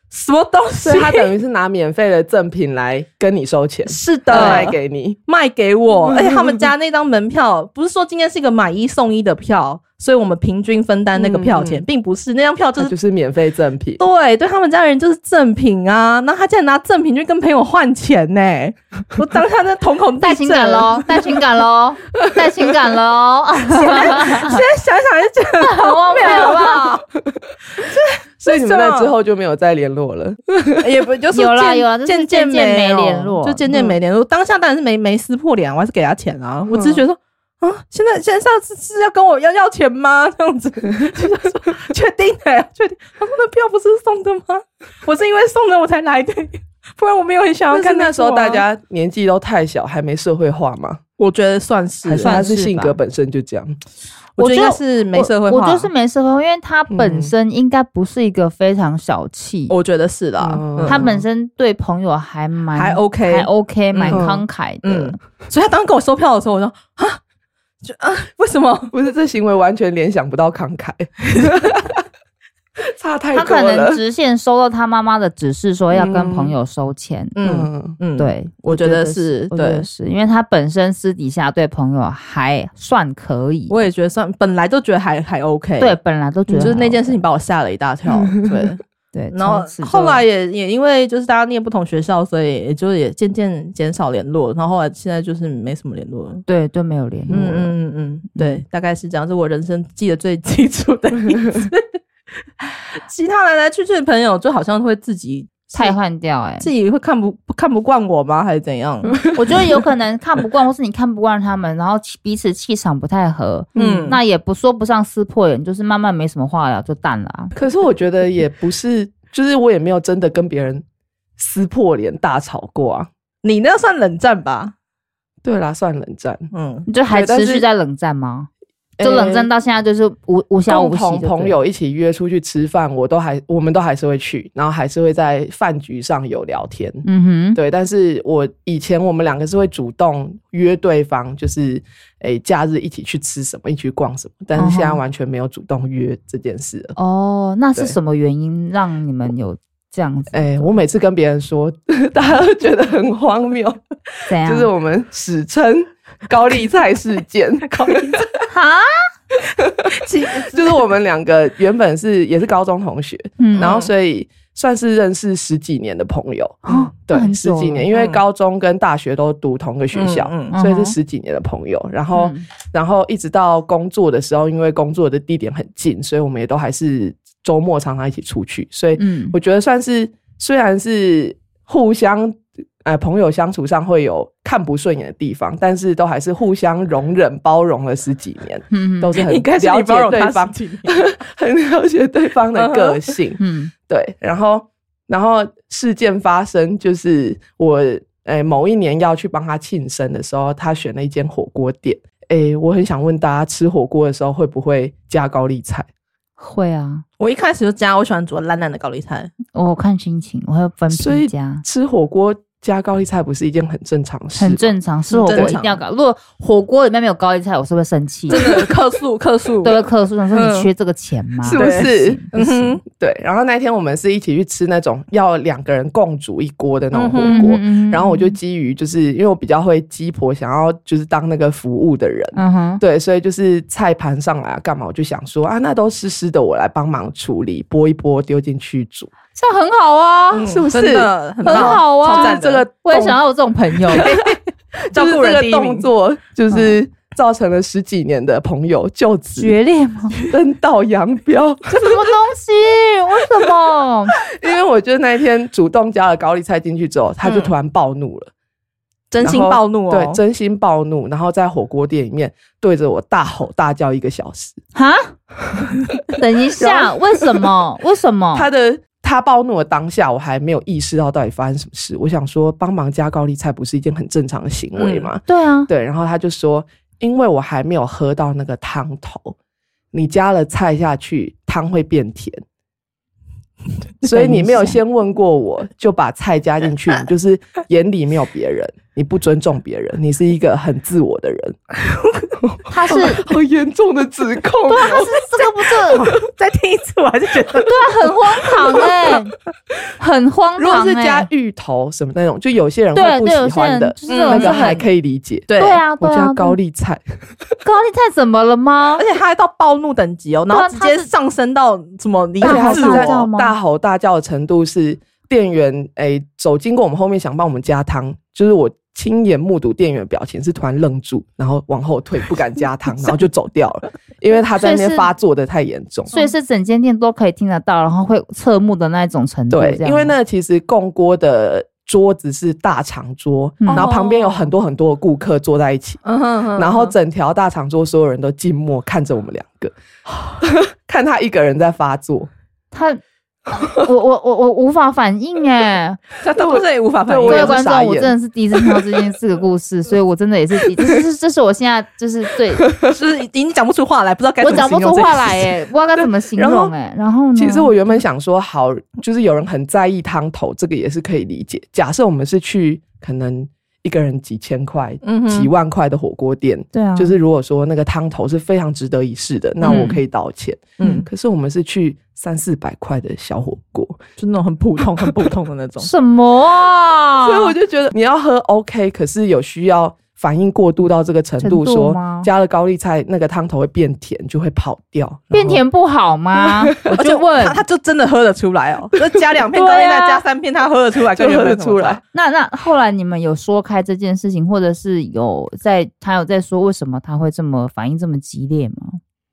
什么东西
所？以他等于是拿免费的赠品来跟你收钱，
是
他
的，
来给你。
卖给
[LAUGHS]
我，而且他们家那张门票不是说今天是一个买一送一的票，所以我们平均分担那个票钱，
嗯
并不是那张票就
这
是
就是免费赠品，
对对他们家人就是赠品啊，那他竟然拿赠品去跟朋友换钱呢、
[LAUGHS]
我当下那瞳孔
带
大
情感
咯， [LAUGHS]
喽，带情感喽，带情感喽，
现在想想就觉得
很荒谬好不
啊
[LAUGHS] 好？
所以你们
为什
那
么
之后就没有再联络了。
也不就是
有啦
渐
有啦就是
渐
渐渐
没
没
有
联络
就渐渐没联络。当下当然是没没撕破脸啊，我还是给他钱啊。
嗯
我只是觉得说。啊！现在现在上次是要跟我要要钱吗？ [LAUGHS] 这样子，就想说确定的、确定。他说那票不是送的吗？我是因为送的我才来的，不然我没有很想要
但是
看
那时候
部啊
大，家年纪都太小，还没社会化嘛，
我觉得算是
还是他
算
是
吧
性格，本身就这样？
我
我
觉得应
觉得
该是没社会化
我，我就是没社会化，因为他本身应该不是一个非常小气，
我觉得是啦。
嗯
哦嗯
他本身对朋友还蛮
还 OK
还 OK，蛮
嗯
慷慨的
嗯。，所以他当时跟我收票的时候，我说啊，就啊，为什么？
不是这行为完全联想不到慷慨，差太
他
多
可能
了。
直线收到他妈妈的指示，说要跟朋友收钱。
嗯
嗯，
嗯，，
对，
我觉得是
我觉得
对
是因为他本身私底下对朋友还算可以，
我也觉得算，本来就觉得还还 OK。嗯
对，本来都觉得
就是
还
那件
OK
事情把我吓了一大跳。
[LAUGHS]
对，
对，
然后
从此就
后来也也因为就是大家念不同学校，所以也就也渐渐减少联络。然后后来现在就是没什么联络了。
对就没有联
嗯嗯
络了。
嗯嗯，对，大概是这样，是我人生记得最清楚的一次。 [LAUGHS] 其他来来去去的朋友，就好像会自己
太换掉哎、
自己会看不看不惯我吗？还是怎样？
我觉得有可能看不惯，或是你看不惯他们，然后气彼此气场不太合，
嗯
那也不说不上撕破脸，就是慢慢没什么话聊就淡了、啊。
可是我觉得也不是，就是我也没有真的跟别人撕破脸大吵过啊。
[LAUGHS] 你那算冷战吧？
对啦，算冷战，
嗯，
你就还
对但
持
是
续在冷战吗？就
呃
冷战
到
到现在就是无无消
共
无息就
同
对了，
朋友一起约出去吃饭，我都还我们都还是会去，然后还是会在饭局上有聊天。
嗯哼，
对，但是我以前我们两个是会主动约对方，就是诶、假日一起去吃什么，一起去逛什么，但是现在
嗯哼
完全没有主动约这件事了。
哦，那是
对
什么原因让你们有这样子，
哎、我每次跟别人说， [LAUGHS] 大家都觉得很荒谬，
怎样？
就是我们史称高丽菜事件。 [LAUGHS] 高丽菜
哈，
就是我们两个原本是也是高中同学，
嗯
然后所以算是认识十几年的朋友，
哦
对
那，很
十
久
几
了
年，因为
嗯
高中跟大学都读同个学校，
嗯
嗯
所以
嗯哼
是十几年的朋友。然后，
嗯
然后一直到工作的时候，因为工作的地点很近，所以我们也都还是周末常常一起出去。所以
嗯
我觉得算是虽然是互相。呃，朋友相处上会有看不顺眼的地方，但是都还是互相容忍、包容了十几年，
嗯
都是
[LAUGHS]
很
应该是
了
你包
解
容
对
他
方
十，几年
很了解对方的个性。
嗯
对，然后然后事件发生就是我诶某一年要去帮他庆生的时候，他选了一间火锅店。诶，我很想问大家，吃火锅的时候会不会加高丽菜？
会啊，
[LAUGHS] 我一开始就加，我喜欢煮烂烂的高丽菜，
我看心情，我会分
所
皮
以
加。
吃火锅加高丽菜不是一件很正常的事吗？
很正常，是火
很
锅
正
一定
常
要搞。如果火锅里面没有高丽菜，我是会生气，
真 [LAUGHS] 的克数克数，
都会客诉，想说
嗯
你缺这个钱吗？
是不是？
不行，
嗯
对。然后那天我们是一起去吃那种要两个人共煮一锅的那种火锅。
嗯
然后我就，基于就是因为我比较会鸡婆，想要就是当那个服务的人，
嗯哼，
对，所以就是菜盘上来啊，干嘛？我就想说啊，那都湿湿的，我来帮忙处理，拨一拨，丢进去煮。
这样很好啊，
嗯
是不是
真的很
很
棒
好啊
超
就
赞
是
的
这个，
我也想要有这种朋友，哎
照
就是
顾
这
人
个
第一
动
名，嗯
作，就是造成了十几年的朋友就此
决裂吗？
[LAUGHS] 分道扬镳。
这什么东西？为什么？
[LAUGHS] 因为我觉得那一天主动加了高丽菜进去之后，他就突然暴怒了，
真心
然后
暴嗯怒哦，
对，真心暴怒，然后在火锅店里面对着我大吼大叫一个小时。 [LAUGHS]
哈？等一下，为什么？为什
哦
么？
他的他暴怒的当下，我还没有意识到到底发生什么事。我想说，帮忙加高丽菜不是一件很正常的行
嗯
为吗？
对啊，
对，然后他就说，因为我还没有喝到那个汤头，你加了菜下去，汤会变 [LAUGHS] 甜。所以你没有先问过我，就把菜加进 [LAUGHS] 去，你就是眼里没有别人，你不尊重别人，你是一个很自我的人。
他是对
[LAUGHS] 好严重的指控、
啊，他是这个不是？
[LAUGHS] 再听一次，我还是觉得
对啊，很荒唐
[LAUGHS]
哎，很荒
如果
唐
是加
哎。
芋头什么那种，就有些人
对
会不
对，有
喜
些
欢
人
的嗯
就，是这种
那
是
个还
很
可以理解。
[LAUGHS] 对
对啊，对
我
啊，
加高
对
丽哎菜，
高丽菜怎么了吗
而？且他还到暴怒等级哦，然
对
后
啊
直
他
接
是
上升到什么离
而且
开
他
自
是
大吼大
在
叫
我，
吗
大吼大叫的程度是店员诶、走经过我们后面想帮我们加汤，就是我亲眼目睹店员的表情是突然愣住，然后往后退不敢加汤，然后就走掉了，因为他在那
所以是
边发作的太严重。
所以是整间店都可以听得到，然后会侧目的那一种程度，
对
这，样
因为那其实共锅的桌子是大长桌，
嗯
然后旁边有很多很多的顾客坐在一起。
哦嗯哼哼
然后整条大长桌所有人都静默看着我们两
[LAUGHS]
个，看他一个人在发作。
他，我我我我无法反应哎，
他当时也无法反
对
应
各
[LAUGHS] 我也
啊，
位
是
观
傻
众，我
眼
真的是第一次听到这件事的故事，所以我真的也是第，这是这是我现在就是最
就是已经讲不出话来，不知道该
我
怎么
讲不
形容
出
这
话
件
来
事情
哎，不知道该怎么形
然后
容哎。然
嗯
后呢？
其实我原本想说，好，就是有人很在意汤头，这个也是可以理解。假设我们是去可能一个人几千块、
嗯哼
几万块的火锅店，
对啊，
就是如果说那个汤头是非常值得一试的，那我
嗯
可以道歉。
嗯，
可是我们是去三四百块的小火锅，
就那种很普通、很普通的那种。
什么啊？
[LAUGHS] 所以我就觉得你要喝 OK，可是有需要反应过度到这个程
程
度，
度
说
吗
加了高丽菜，那个汤头会变甜，就会跑掉。然
变
后
甜不好吗？我
而且
就问
他，他就真的喝得出来
[LAUGHS]
哦，就加两片高
对啊
丽菜，加三片，他喝得出来，
就
跟原
喝
本
得
什么
出来。
那那后来你们有说开这件事情，或者是有在他有在说为什么他会这么反应这么激烈吗？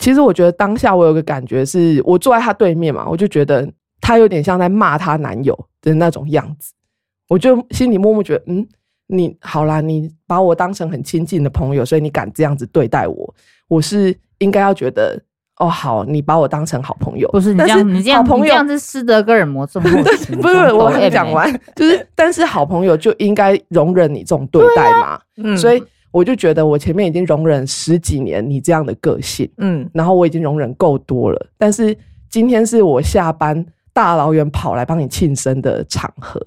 其实我觉得当下我有个感觉是，我坐在他对面嘛，我就觉得他有点像在骂他男友的那种样子，我就心里默默觉得，嗯，你好啦，你把我当成很亲近的朋友，所以你敢这样子对待我，我是应该要觉得，哦，好，你把我当成好朋友，
[LAUGHS] 不是你这
但是
样，你这样，
好朋
你
友
这样是斯德哥尔摩
[LAUGHS]
症候群。
不是，
这种抖
我还没
M
讲
欸。
完，就是，但是好朋友就应该容忍你这种对待嘛，
嗯
所以我就觉得我前面已经容忍十几年你这样的个性，
嗯，
然后我已经容忍够多了，但是今天是我下班大老远跑来帮你庆生的场合，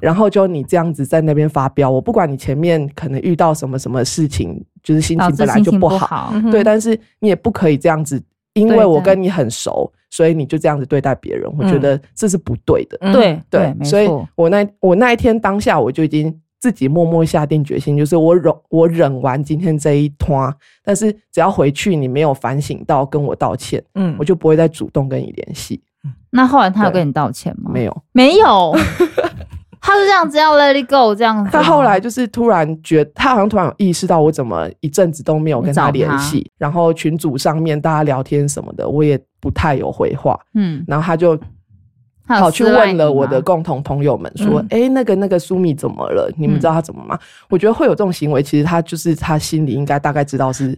然后就你这样子在那边发飙，我不管你前面可能遇到什么什么事情，就是心
导
情
致
本来
心
就
情
不
不
好，
好，
嗯哼
对，但是你也不可以这样子，因
对
为我
对
跟你很熟，所以你就这样子对待别人，我觉
嗯
得这是不对的。
嗯
对
对，
没
所以
错，
我那我那一天当下我就已经自己默默下定决心，就是我忍我忍完今天这一摊，但是只要回去你没有反省到跟我道歉，
嗯
我就不会再主动跟你联系。
那后来他有
对
跟你道歉吗？
没有，
没有， [LAUGHS] 他是这样子要 let it go 这样子吗。
他后来就是突然觉，他好像突然有意识到我怎么一阵子都没有跟他联系，然后群组上面大家聊天什么的，我也不太有回话，
嗯，
然后他就
他有
跑去
私赖
问了
你
我
吗
的共同朋友们说：“哎、那个那个苏米怎么了？你们知道他怎么吗？”我觉得会有这种行为，其实他就是他心里应该大概知道是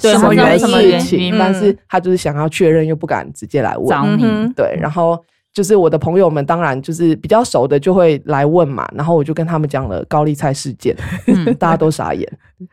对
什
什么
么
原
原
因
事情，
嗯
但是他就是想要确认，又不敢直接来问
找。
嗯
你
哼
对，然后就是我的朋友们，当然就是比较熟的就会来问嘛，然后我就跟他们讲了高丽菜事件，
嗯
[LAUGHS] 大家都傻眼，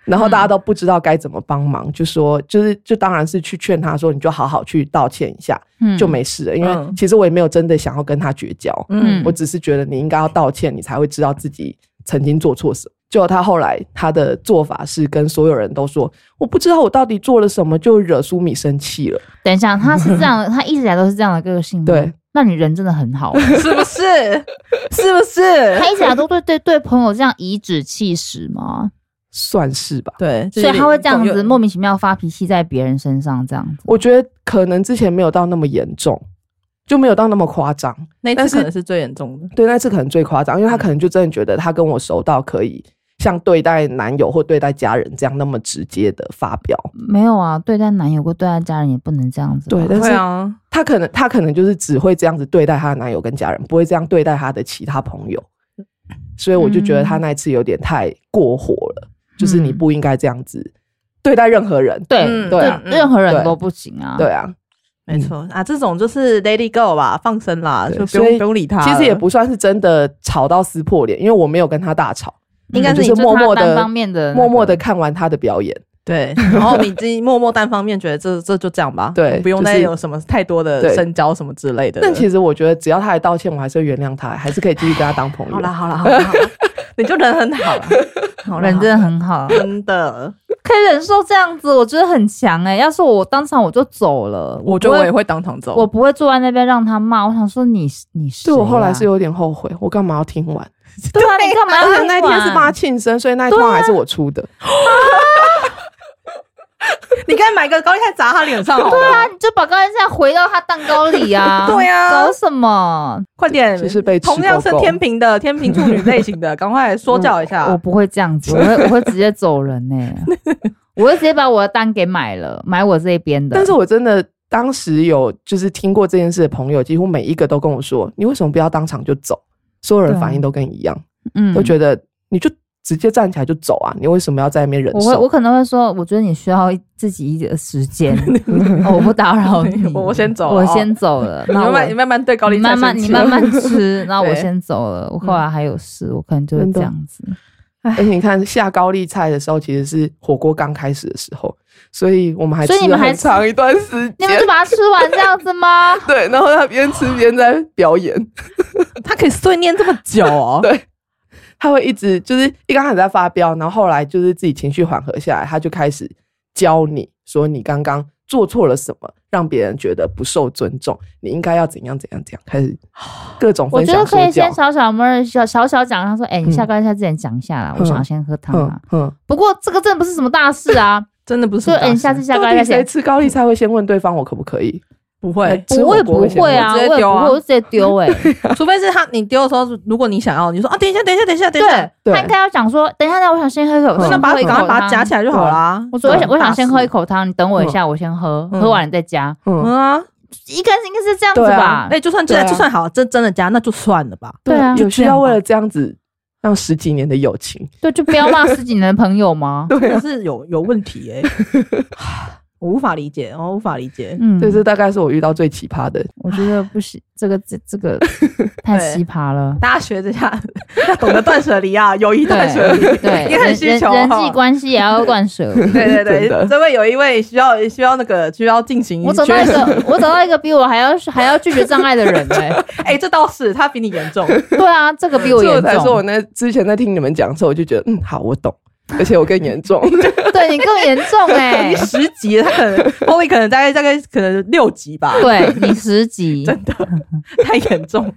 然后大家都不知道该怎么帮忙，就说就是就当然是去劝他说，你就好好去道歉一下，
嗯
就没事了，因为
嗯
其实我也没有真的想要跟他绝交，
嗯
我只是觉得你应该要道歉，你才会知道自己曾经做错什么。结果他后来他的做法是跟所有人都说，我不知道我到底做了什么，就惹苏米生气了。
等一下，他是这样，他一直以来都是这样的个性吗。
对，
那你人真的很好欸，
是不是？
[LAUGHS]
是不是？
他一直以来都对对对朋友这样颐指气使吗？
算是吧，
对，就
所以
是
他会这样
总
子
有
莫名其妙发脾气在别人身上，这样子。
我觉得可能之前没有到那么严重，就没有到那么夸张。
那一
但
次
是
可能是最严重的。
对，那次可能最夸张，因为他可能就真的觉得他跟我熟到可以像对待男友或对待家人这样那么直接的发表。
没有啊，对待男友或对待家人也不能这样子吧。
对，但
对
是嗯
啊，
他可能他可能就是只会这样子对待他的男友跟家人，不会这样对待他的其他朋友。所以我就觉
嗯
得他那一次有点太过火了，就是你不应该这样子对待任何人。
对
嗯
对
啊
对，任何人
对
都不行啊。
对啊，
没错啊，这种就是 let it go 吧，放生啦，
对
就不
所以
用不用理他了。
其实也不算是真的吵到撕破脸，因为我没有跟他大吵，
嗯，
应该是
就
你
是
默默
他单
地
方面的那个，
默默的看完他的表演。 [LAUGHS]
对，然后你自己默默单方面觉得这这就这样吧，
对
不用
就是
再有什么太多的
对
深交什么之类的。
但其实我觉得只要他还道歉，我还是会原谅他，还是可以继续跟他当朋友
好。啦好啦好啦，好啦 [LAUGHS] 你就人很 [LAUGHS] 好啦，好啦
人真的很好，啊
真的，
可以忍受这样子，我觉得很强哎、要是我当场我就走了，
我觉
不
得
会
我也会当场走。
我不会坐在那边让他骂。我想说你你是、
对我后来是有点后悔，我干嘛要听完？
对啊，你干嘛要
而
听完？
且那一天是骂庆生，所以那一
啊
段还是我出的。
你该买个高利贷砸他脸上好
对
了，。
啊，你就把高丽菜回到他蛋糕里啊
对啊
搞什么？
快点，
就是被吃
同样是
够够
天平的天平处女类型 [LAUGHS] 的，赶快说教一
我
下。
不会这样子，我会我会直接走人呢、我会直接把我的单给买了，买我这边的。
但是我真的当时有就是听过这件事的朋友，几乎每一个都跟我说：“你为什么不要当场就走？”所有人
对啊
反应都跟你一样，
嗯
都觉得你就直接站起来就走啊！你为什么要在那边忍
我会，我
受？
可能会说，我觉得你需要自己一点时间，哦我不打扰你，
我我先走了
我先走了。
你
那
慢
我
慢你慢慢对高利
你
贷
慢慢
生
你
气
慢慢吃，然后我
对
先走了。我后来还有事，我可能就会
真的
这样子。
而且哎你看下高丽菜的时候，其实是火锅刚开始的时候，所以我们还吃
所以你
了
们还
很
吃
长一段时
你们就
间。
把它吃完这样子吗？
对，然后他边吃边在表演，
[LAUGHS] 他可以碎念这么久哦。 [LAUGHS]
对他会一直就是一刚开始在发飙，然后后来就是自己情绪缓和下来，他就开始教你说你刚刚做错了什么，让别人觉得不受尊重，你应该要怎样怎样怎样，开 [SIGHS] 始各种
我
分
觉
享
得可
说
以
教
先。小小妹儿小小小讲，他说：“哎、你下
嗯
高一下之前讲一下啦，我
嗯
想要先喝汤啊
嗯。嗯，
不过这个真的不是什么大事啊，
真的不是
就
很大
哎、
声，
你下次下
到
高一
底
下
谁
前，
吃高丽菜会先问对方我可不可以？呃
不会，
吃
我
火
也
锅
不
会先
会
我
啊，我
直接
也不
丢啊
会，我直接丢哎、
除非是他你丢的时候，如果你想要，你说啊，等一下，等一下，等一下，等一下，
对，
对
他应该要讲说，等一下，等一下我想先喝一口，
嗯
那
先
把
喝一口
赶快把它
汤
夹起来就好啦。
我说我想
对
我想先喝一，口汤，你等我一
嗯
下，我先喝，
嗯
喝完了再加。
大
嗯
事，嗯啊，
一个人应该是这样子
对啊
吧？
哎，就算真
对
的
啊
就算好，真真的加那就算了吧。
对啊
有需要为了这样子让十几年的友情，
对，就不要骂十几年的朋友吗？
真的是有有问题 [LAUGHS] 哎、我无法理解，我无法理解。
嗯，
对，这大概是我遇到最奇葩的。
我觉得不行，这个这这个太
对
奇葩了。
大家学着一下，要懂得断舍离 [LAUGHS] 啊，友谊断舍离。
[LAUGHS] 对
[LAUGHS]
对，
也很
人
需
人
求
人
哈
际关系也要断舍离。
[LAUGHS] 对对
真的
对，这位有一位需要需要那个需要进行
[LAUGHS] 我找到一个，我找到一个比我还要还要拒绝障碍的人哎、
[LAUGHS] 哎、这倒是他比你严重，
对啊，这个比我
所以
严
我才说，我
重。
那之前在听你们讲的时候，我就觉得，嗯，好，我懂，而且我更严重，
[LAUGHS] 对你更严重
[LAUGHS]
哎、
十集，他可能 Polly 可能大概大概可能六集吧，
对你
[LAUGHS]
十级，
太严重。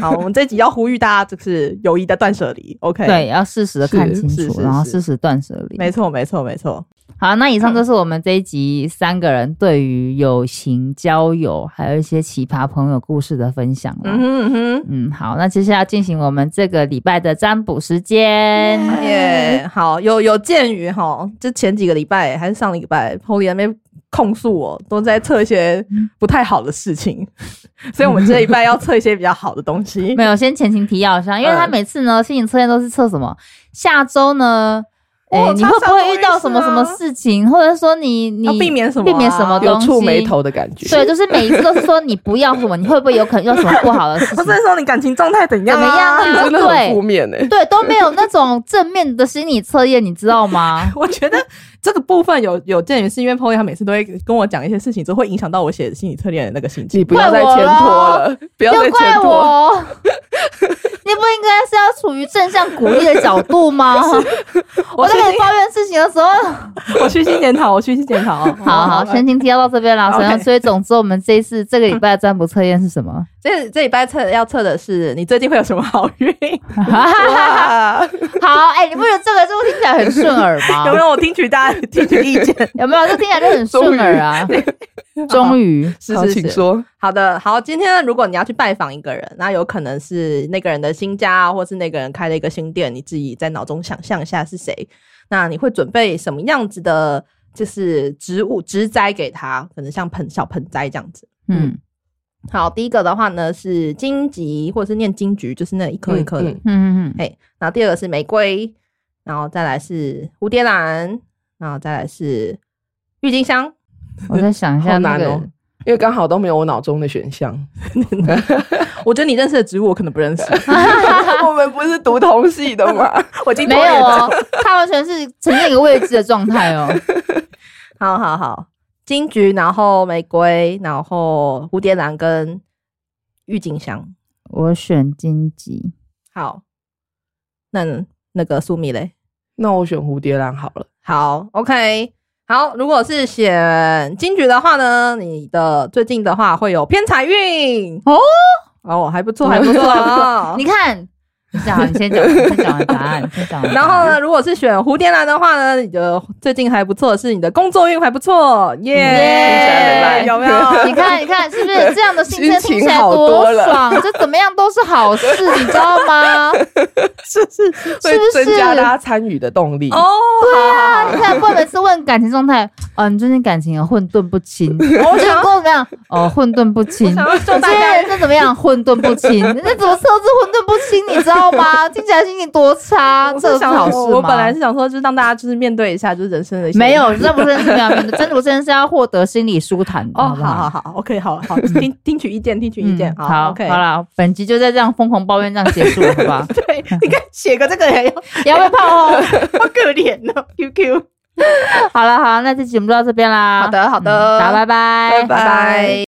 好，我们这集要呼吁大家，就是友谊的断舍离。OK，，
对，要适时的看
是
清
是
楚，
是
然后
是
适时断舍离。
没错，没错，没错。
好，那以上就是我们这一集三个人对于友情、交友，还有一些奇葩朋友故事的分享
嗯
啦。
哼嗯
嗯，好，那接下来进行我们这个礼拜的占卜时间。
哼，耶、
哎
好，有有鉴于哈，就前几个礼拜还是上礼拜，Polly 那边控诉我都在测一些不太好的事情， [LAUGHS] 所以我们这一拜要测一些比较好的东西。
[LAUGHS] 没有，先前情提要一下，因为他
嗯
每次呢心理测验都是测什么，下周呢，哎、
我有
你
查
会不
上哦周
会遇
也
到
是
什么什么
啊
事情，或者说你你
要避免什么啊
避免什么
有
东西，
触眉头的感觉。
对，就是每一次都是说你不要什么，你会不会有可能有什么不好的事
[LAUGHS] 我
情
是？说你感情状态怎样、
怎么样啊
[LAUGHS] 真的
对
很负面哎、
对，都没有那种正面的心理测验，你知
[LAUGHS]
道吗？
[LAUGHS] 我觉得这个部分有有鉴于是因为 Polly 他每次都会跟我讲一些事情，之后会影响到我写心理测验的那个心情。
你不要再
怪我
牵拖
咯
了，不要再牵
怪我
拖。
[LAUGHS]
哦，你不应该是要处于正向鼓励的角度吗？我在
虚
跟你
心
抱怨事情的时候，
我虚心检讨，我虚心检
[LAUGHS]
讨。哦
好好，前情提要到这边了。
OK
所以所以总之，我们这一次这个礼拜的占卜测验是什么？ [LAUGHS]
这这礼拜测要测的是你最近会有什么好
[LAUGHS]
运？
哇
好，哎、你不觉得这个就听起来很顺耳吗？
[LAUGHS] 有没有我听取大家听取意见？
有没有？这听起来就很顺耳啊！ [LAUGHS] 终于，
是
好，
是
请
是。
说。
好的，好，今天如果你要去拜访一个人，那有可能是那个人的新家啊，或是那个人开了一个新店，你自己在脑中想象一下是谁。那你会准备什么样子的，就是植物植栽给他？可能像盆小盆栽这样子。
嗯
好，第一个的话呢是荆棘，或者是念金桔，就是那一颗一颗的。
嗯嗯
嗯嗯嗯，
哎、然后第二个是玫瑰，然后再来是蝴蝶兰，然后再来是郁金香。
我再想一下
好
那
难
个
哦，因为刚好都没有我脑中的选项。
我觉得你认识的植物我可能不认识，
我们不是读同系的吗？
[LAUGHS]
[LAUGHS]
我已经
[LAUGHS] 没有哦，它完全是呈现一个未知的状态哦。
好好好，金桔，然后玫瑰，然后蝴蝶兰跟郁金香。
我选荆棘，
好，那那个苏米嘞？
那我选蝴蝶兰好了。
好，OK。好，如果是选金桔的话呢，你的最近的话会有偏财运
哦
哦，还不错，还不错
[LAUGHS]
啊。
你看，你想，你先讲，你先讲完答案，你先讲完
[LAUGHS]
答
然
案。
后呢，如果是选蝴蝶兰的话呢，你的最近还不错，是你的工作运还不错，耶、
耶
有没有？
[LAUGHS] 你看，你看，是不是这样的心情听起来多爽？这怎么样都是
[LAUGHS]
好事，你知道吗？
会
不是
增加大家参与的动力。
哦，好好
你看，不然每次问感情状态，哦，你最近感情有混沌不
[LAUGHS]
清，我想跟我怎么样？哦，混沌不清。
想要
你
送
现
大
在
家
人生怎么样？混沌
[LAUGHS]
不清，那怎么测试混沌不清？你知道吗？听起来心情多差，
我
这
是
是
想
好事
说
吗？
我本来是想说，就是让大家就是面对一下，就是人生的一些
没有，占卜真是没有面对，占卜真是要获得心理舒坦的。
哦，
不
好好嗯好，OK，好好听听取意见，听取意见，
嗯好
，OK，
好啦，本集就在这样疯狂抱怨这样结束了，好不好？
对，你看写个这个也要 [LAUGHS]
也要被哦炮轰。
好可怜哦，QQ。
好了好，那这期节目就到这边啦。
好的，好
嗯，
的，
好，拜拜，
拜拜。